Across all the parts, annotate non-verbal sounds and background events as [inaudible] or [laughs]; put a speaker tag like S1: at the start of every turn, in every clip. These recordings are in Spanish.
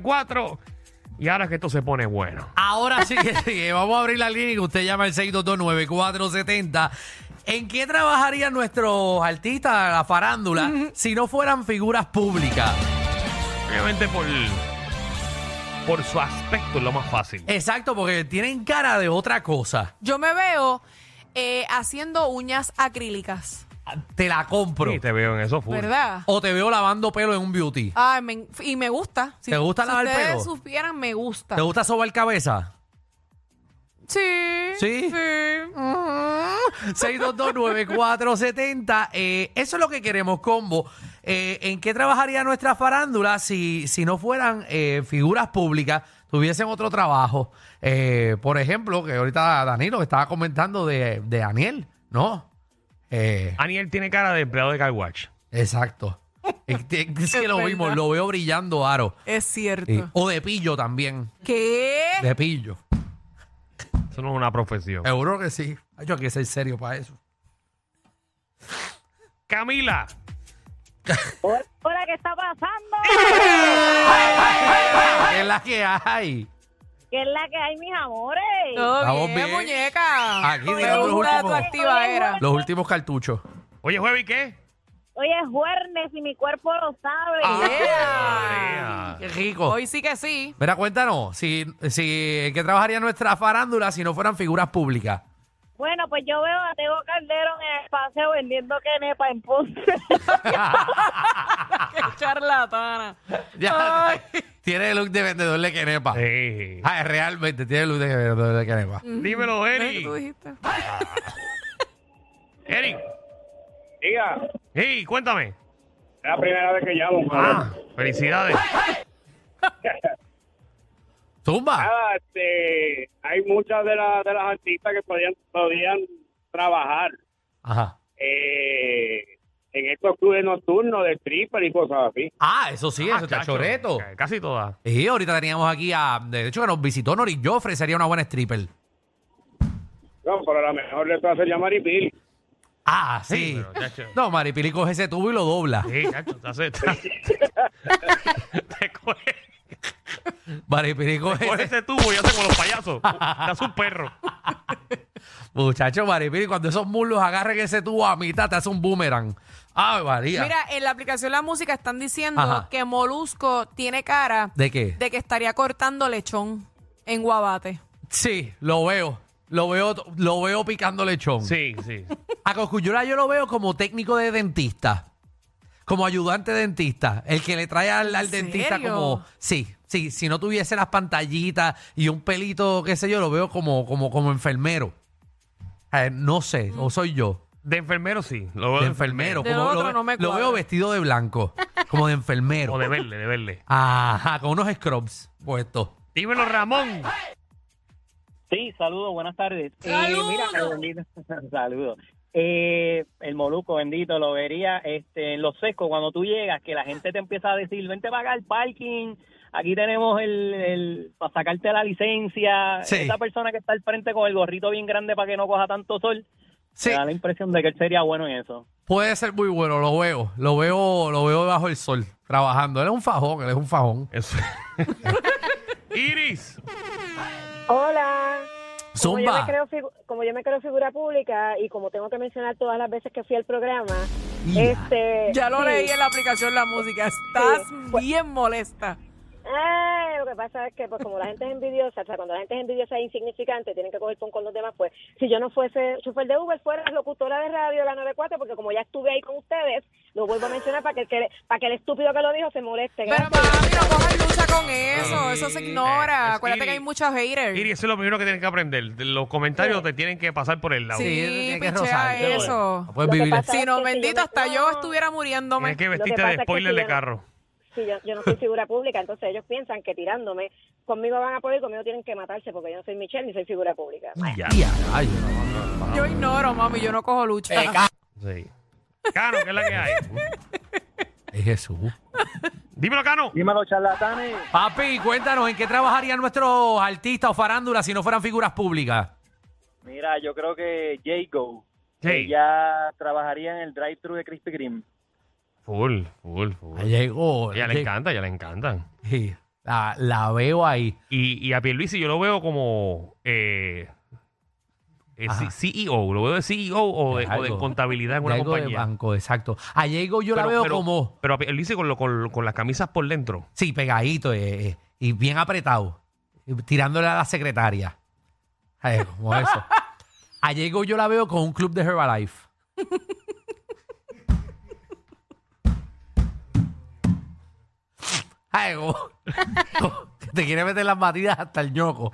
S1: 94 Y ahora que esto se pone bueno.
S2: Ahora sí que [laughs] sí, vamos a abrir la línea y que usted llama al 6229470. ¿En qué trabajarían nuestros artistas de la farándula si no fueran figuras públicas?
S1: Obviamente por, por su aspecto es lo más fácil.
S2: Exacto, porque tienen cara de otra cosa.
S3: Yo me veo eh, haciendo uñas acrílicas,
S2: Te la compro.
S1: Y te veo en eso full.
S3: ¿verdad?
S2: O te veo lavando pelo en un beauty.
S3: Ay, me en- y me gusta. Si-
S2: ¿Te gusta
S3: si
S2: lavar
S3: ustedes
S2: pelo?
S3: supieran, me gusta.
S2: ¿Te gusta sobar cabeza?
S3: Sí.
S2: ¿Sí? Mm. 6229470. Eh, eso es lo que queremos, combo. Eh, ¿En qué trabajaría nuestra farándula si, si no fueran eh, figuras públicas, tuviesen otro trabajo? Eh, por ejemplo, que ahorita Danilo estaba comentando de, de Daniel, ¿no? Eh,
S1: Aniel tiene cara de empleado de Carwatch.
S2: exacto. [laughs] Es que es que lo
S3: Es
S2: vimos,
S3: verdad.
S2: lo veo brillando, Aro.
S3: Es cierto.
S2: Sí. O de pillo también.
S3: ¿Qué?
S2: De pillo.
S1: Eso no es una profesión.
S2: Seguro que sí. Ay, Yo hay que ser serio para eso.
S1: Camila.
S4: Hola, ¿qué está pasando?
S2: ¿Qué es la que hay?
S4: ¿Qué es la que hay, mis amores?
S3: Todo
S2: Vamos
S3: bien,
S2: bien.
S3: muñeka.
S2: Aquí
S3: me
S2: digamos los
S3: gusta tu
S2: últimos-
S3: activadera.
S2: Los últimos cartuchos.
S1: Oye, jueves, ¿y qué?
S4: Hoy es jueves y mi cuerpo lo sabe.
S1: Ah,
S2: Qué rico.
S3: Hoy sí que sí.
S2: Mira, cuéntanos, si, si, ¿en qué trabajaría nuestra farándula si no fueran figuras públicas?
S4: Bueno, pues yo veo a Tego Calderón en el paseo vendiendo quenepa en Ponce.
S3: Qué charlatana.
S2: Ya, [laughs] tiene look de vendedor de quenepa.
S1: Sí.
S2: Ay, realmente tiene look de vendedor de quenepa.
S1: Eh, ah, Dímelo,
S3: ¿Ves que tú
S1: Eric.
S3: dijiste?
S1: Eric.
S5: Diga,
S1: Hey, cuéntame.
S5: es la primera vez que llamo.
S1: Ah, felicidades.
S2: Tumba.
S5: Nada, este, hay muchas de, la- de las artistas que podían, podían trabajar
S2: Ajá.
S5: eh, en estos clubes nocturnos de stripper y cosas así.
S2: Ah, eso sí,
S1: Ah,
S2: eso está
S1: chacho.
S2: choreto.
S1: Casi todas.
S2: Y ahorita teníamos aquí a. De hecho, que nos visitó Nori Joffre, sería una buena stripper.
S5: No, pero a lo mejor le puedo hacer llamar y Bill.
S2: Ah, sí.
S1: Sí, pero, chacho.
S2: no, Maripili coge ese tubo y lo dobla.
S1: Sí, chacho, te hace. [laughs] Te coge,
S2: Maripili coge.
S1: coge
S2: ese-
S1: ese tubo y hace como los payasos. Te hace un perro.
S2: Muchacho, Maripili, cuando esos muslos agarren ese tubo a mitad, te hace un boomerang. Ay, María.
S3: Mira, en la aplicación La Música están diciendo
S2: Ajá.
S3: que Molusco tiene cara
S2: ¿De qué?
S3: de que estaría cortando lechón en Guabate.
S2: Sí, lo veo. Lo veo, lo veo picando lechón.
S1: Sí, sí.
S2: A Coscuyura yo lo veo como técnico de dentista. Como ayudante dentista. El que le trae al, al
S3: ¿En
S2: dentista
S3: serio?
S2: como. Sí, sí. Si no tuviese las pantallitas y un pelito, qué sé yo, lo veo como, como, como enfermero. Eh, no sé, o soy yo.
S1: De enfermero sí. Lo veo
S2: De enfermero.
S3: Mm. De
S2: como
S3: otro
S2: lo, ve-
S3: no me
S2: lo veo
S3: cuadra.
S2: vestido de blanco.
S3: [laughs]
S2: Como de enfermero.
S1: O de verle, de verle.
S2: Ajá, con unos scrubs puestos.
S1: Dímelo, Ramón.
S6: Sí, saludos, buenas tardes. Eh,
S3: ¡Saludos!
S6: mira, bendito, [laughs] saludos. Eh, el Moluco, bendito, lo vería este, en los secos cuando tú llegas, que la gente te empieza a decir, vente para acá el parking, aquí tenemos el, el para sacarte la licencia.
S2: Sí.
S6: Esa persona que está al frente con el gorrito bien grande para que no coja tanto sol,
S2: Sí.
S6: me da la impresión de que él sería bueno en eso.
S2: Puede ser muy bueno, lo veo, lo veo, lo veo bajo el sol, trabajando. Él es un fajón, él es un fajón.
S1: Eso. [laughs] Iris.
S4: Hola. Como yo, me
S2: Zumba.
S4: creo figu- como yo me creo figura pública y como tengo que mencionar todas las veces que fui al programa,
S2: Ya.
S4: este...
S3: Ya lo
S4: sí.
S3: leí en la aplicación La Música. Estás bien molesta.
S4: Eh, lo que pasa es que pues como la gente es envidiosa, o sea, cuando la gente es envidiosa e insignificante, tienen que coger pon con los demás, pues si yo no fuese chofer de Uber, fuera locutora de radio de la 94, porque como ya estuve ahí con ustedes, lo vuelvo a mencionar para que el, que- para que el estúpido que lo dijo se moleste.
S3: Pero
S4: Gracias.
S3: mami, no cojas lucha con eso.
S1: Sí.
S3: Eso se ignora.
S1: Eh, es
S3: Acuérdate que
S1: Iri.
S3: hay muchos haters.
S1: Iris, eso es lo primero que tienes que aprender. De Los comentarios te tienen que pasar por el lado.
S2: Sí,
S3: sí,
S2: tiene que
S3: pichea
S2: rozar, pero
S3: eso.
S2: No puedes
S4: Lo que
S2: vivir.
S4: pasa-
S3: Si no,
S4: ¿Sabes qué? Si yo
S3: bendito,
S4: me-
S3: hasta yo
S4: no.
S3: estuviera
S1: Tienes
S3: muriéndome.
S1: que
S4: Lo que
S1: vestirte
S4: pasa
S1: de
S4: es que
S1: spoiler
S4: si
S1: de
S4: yo-
S1: carro.
S4: Sí, yo, yo no soy figura pública, entonces ellos piensan que tirándome, conmigo van a poder, conmigo tienen que matarse, porque yo no soy Michelle ni soy figura pública.
S1: Ya.
S2: Ya, ay, no, no, no.
S3: Yo ignoro, mami, yo no cojo lucha.
S2: Eh,
S1: Sí. Cano, ¿qué es la que hay?
S2: Es Jesús.
S1: Dímelo, Cano.
S6: Dímelo, charlatanes.
S2: Papi, cuéntanos, ¿en qué trabajarían nuestros artistas o farándulas si no fueran figuras públicas?
S6: Mira, yo creo que Jago,
S1: Sí.
S6: ya trabajaría en el drive-thru de Krispy Kreme.
S1: Full, full, full.
S2: Llegó.
S1: A ella le encanta, a ella le encantan.
S2: La, la veo ahí.
S1: Y, y a Pierluisi yo lo veo como eh, eh,
S2: Ajá.
S1: C- CEO, lo veo de CEO o de,
S2: De
S1: o de
S2: algo.
S1: contabilidad en
S2: De
S1: una
S2: algo de
S1: compañía.
S2: banco, exacto. A Diego yo la veo como,
S1: Pero a Pierluisi con, lo- con, con las camisas por dentro.
S2: sí, pegadito eh, eh, y bien apretado, y tirándole a la secretaria. Ay, como eso. A Diego yo la veo con un club de Herbalife. Ay, como- como que [laughs] te quiere meter las batidas hasta el ñoco.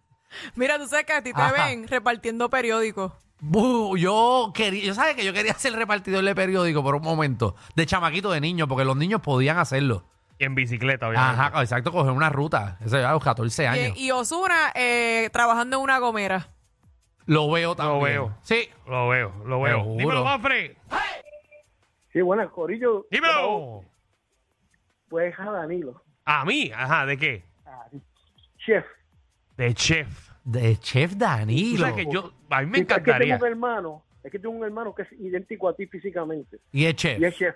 S3: [laughs] Mira, tú sabes que a ti te
S2: Ajá.
S3: ven repartiendo periódicos.
S2: Bu, yo quería, yo sabes que yo quería ser repartidor de periódico por un momento, de chamaquito de niño, porque los niños podían hacerlo.
S1: Y en bicicleta, obviamente.
S2: Ajá, exacto, coger una ruta. Eso ya a los 14 años.
S3: Y, y Osuna eh, trabajando en una gomera.
S2: Lo veo también.
S1: veo.
S2: Sí.
S1: Lo veo, lo veo.
S2: juro.
S1: Dímelo, Mafre.
S5: Sí, bueno, Corillo.
S1: Dímelo.
S5: Pues a Danilo,
S1: A mí, ajá, ¿de qué?
S5: chef.
S1: De chef.
S2: De Chef
S1: Tú
S2: Danilo.
S1: sabes que yo, a mí me
S5: Sí, es que
S1: encantaría.
S5: tengo un hermano, es que tengo un hermano que es idéntico a ti físicamente
S2: Y es Chef.
S5: y es chef.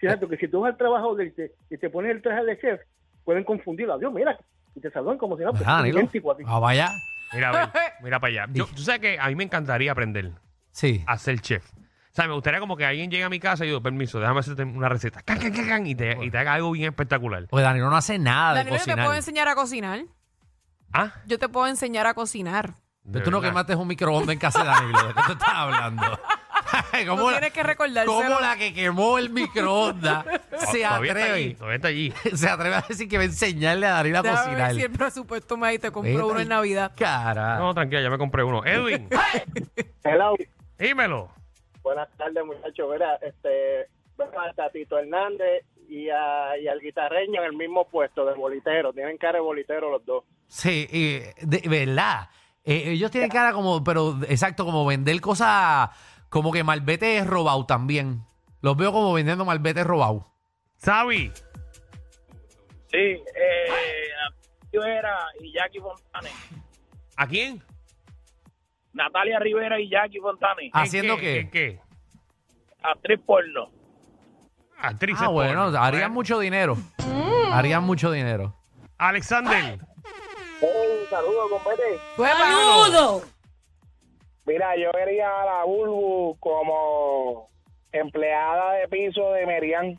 S5: Cierto que si tú vas al trabajo de- de- y te pones el traje de chef, pueden confundirlo. Adiós, mira, y te saludan como si no, pues,
S2: Ah,
S5: es
S2: Danilo.
S5: idéntico a ti.
S2: Ah, vaya.
S1: Mira, a
S2: [laughs]
S1: ver, mira para allá. Yo- tú sabes que a mí me encantaría aprender
S2: Sí.
S1: a ser chef. O sea, me gustaría como que alguien llegue a mi casa y yo, permiso, déjame hacerte una receta. Can, can, can, can, y, te, y te haga algo bien espectacular.
S2: Porque Danilo no hace nada
S3: Danilo,
S2: Ah, de
S3: yo te puedo
S2: cocinar.
S3: enseñar a cocinar.
S1: ¿Ah?
S3: Yo te puedo enseñar a cocinar.
S2: Pero tú no
S1: verdad.
S2: quemaste un microondas en casa de Danilo. ¿De qué tú estás
S3: [laughs]
S2: hablando? Ay, ¿Cómo,
S3: Tú
S2: la-
S3: tienes que recordárselo.
S2: cómo la que quemó el microondas
S1: Todavía
S2: se
S1: está allí,
S2: atreve?
S1: Todavía está allí.
S2: [laughs] Se atreve a decir que va a enseñarle a Danilo a
S3: Déjame ver
S2: cocinar.
S3: si el presupuesto me da y te compro
S2: Vete
S3: uno
S2: y-
S3: en Navidad.
S2: Cara.
S1: No, tranquila, ya me compré uno.
S2: [laughs]
S1: Edwin,
S5: Hello.
S1: dímelo.
S5: Buenas tardes, muchachos. Verá, este, veo a Tatito Hernández y, a- y al guitarreño en el mismo puesto de bolitero. Tienen cara de bolitero los dos.
S2: Sí, eh, de verdad. Eh, ellos tienen cara como, pero exacto, como vender cosas, como que malvete es robado también. Los veo como vendiendo malvete robado.
S1: Xavi,
S7: Sí, eh, Rivera y Jackie Fontane.
S1: ¿a quién?
S7: Natalia Rivera y Jackie Fontane,
S1: ¿En
S2: ¿Haciendo qué? Ah,
S1: ¿En qué?
S7: actriz porno.
S1: Actriz.
S2: Ah, bueno, harían mucho dinero. Harían mucho dinero.
S1: Alexander.
S5: saludos, compadre. Mira, yo quería a la Bulbu como empleada de piso de Merian.